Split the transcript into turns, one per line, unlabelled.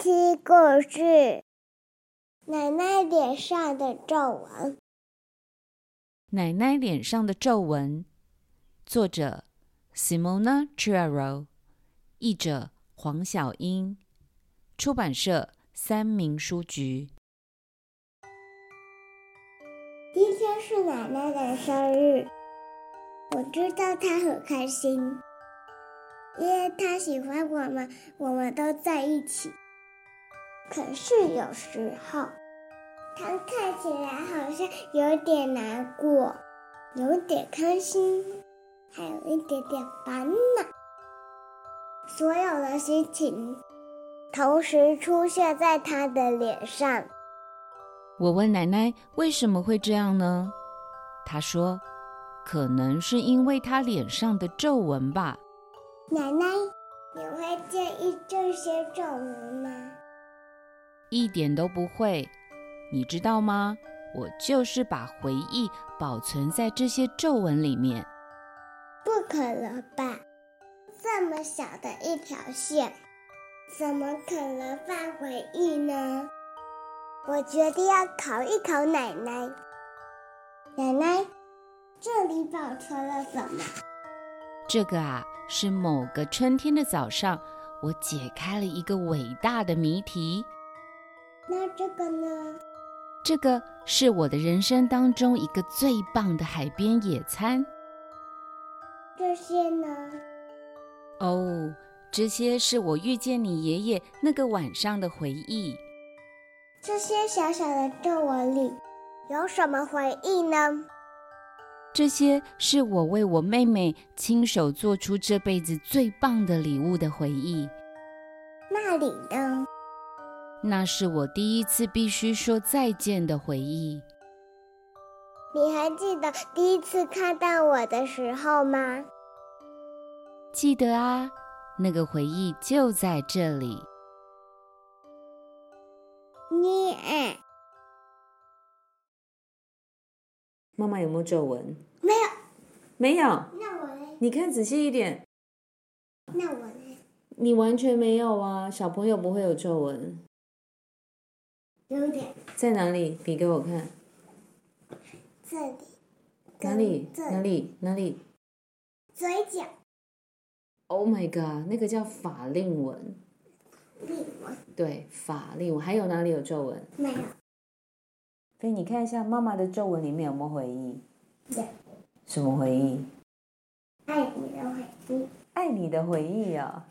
听故事。奶奶脸上的皱纹，
奶奶脸上的皱纹，作者 Simona Trero，译者黄晓英，出版社三明书局。
今天是奶奶的生日，我知道她很开心，因为她喜欢我们，我们都在一起。可是有时候，她看起来好像有点难过，有点开心，还有一点点烦恼。所有的心情同时出现在她的脸上。
我问奶奶为什么会这样呢？她说，可能是因为她脸上的皱纹吧。
奶奶，你会介意这些皱纹吗？
一点都不会。你知道吗？我就是把回忆保存在这些皱纹里面。
不可能吧？这么小的一条线，怎么可能放回忆呢？我决定要考一考奶奶。奶奶，这里保存了什么？
这个啊，是某个春天的早上，我解开了一个伟大的谜题。
那这个呢？
这个是我的人生当中一个最棒的海边野餐。
这些呢？
哦，这些是我遇见你爷爷那个晚上的回忆。
这些小小的皱纹里有什么回忆呢？
这些是我为我妹妹亲手做出这辈子最棒的礼物的回忆。
那里呢？
那是我第一次必须说再见的回忆。
你还记得第一次看到我的时候吗？
记得啊，那个回忆就在这里。
你哎，
妈妈有没有皱纹？
没有。
没有，
那我嘞？
你看仔细一点，
那我嘞？
你完全没有啊！小朋友不会有皱纹，
有点
在哪里？比给我看，
这里，
哪里？
这
哪里？哪里
嘴角
？Oh my god，那个叫法令纹，
里纹
对，法令纹。还有哪里有皱纹？
没有。
所以你看一下妈妈的皱纹里面有没有回忆？
有
什么回忆？
爱你的回忆，
爱你的回忆啊！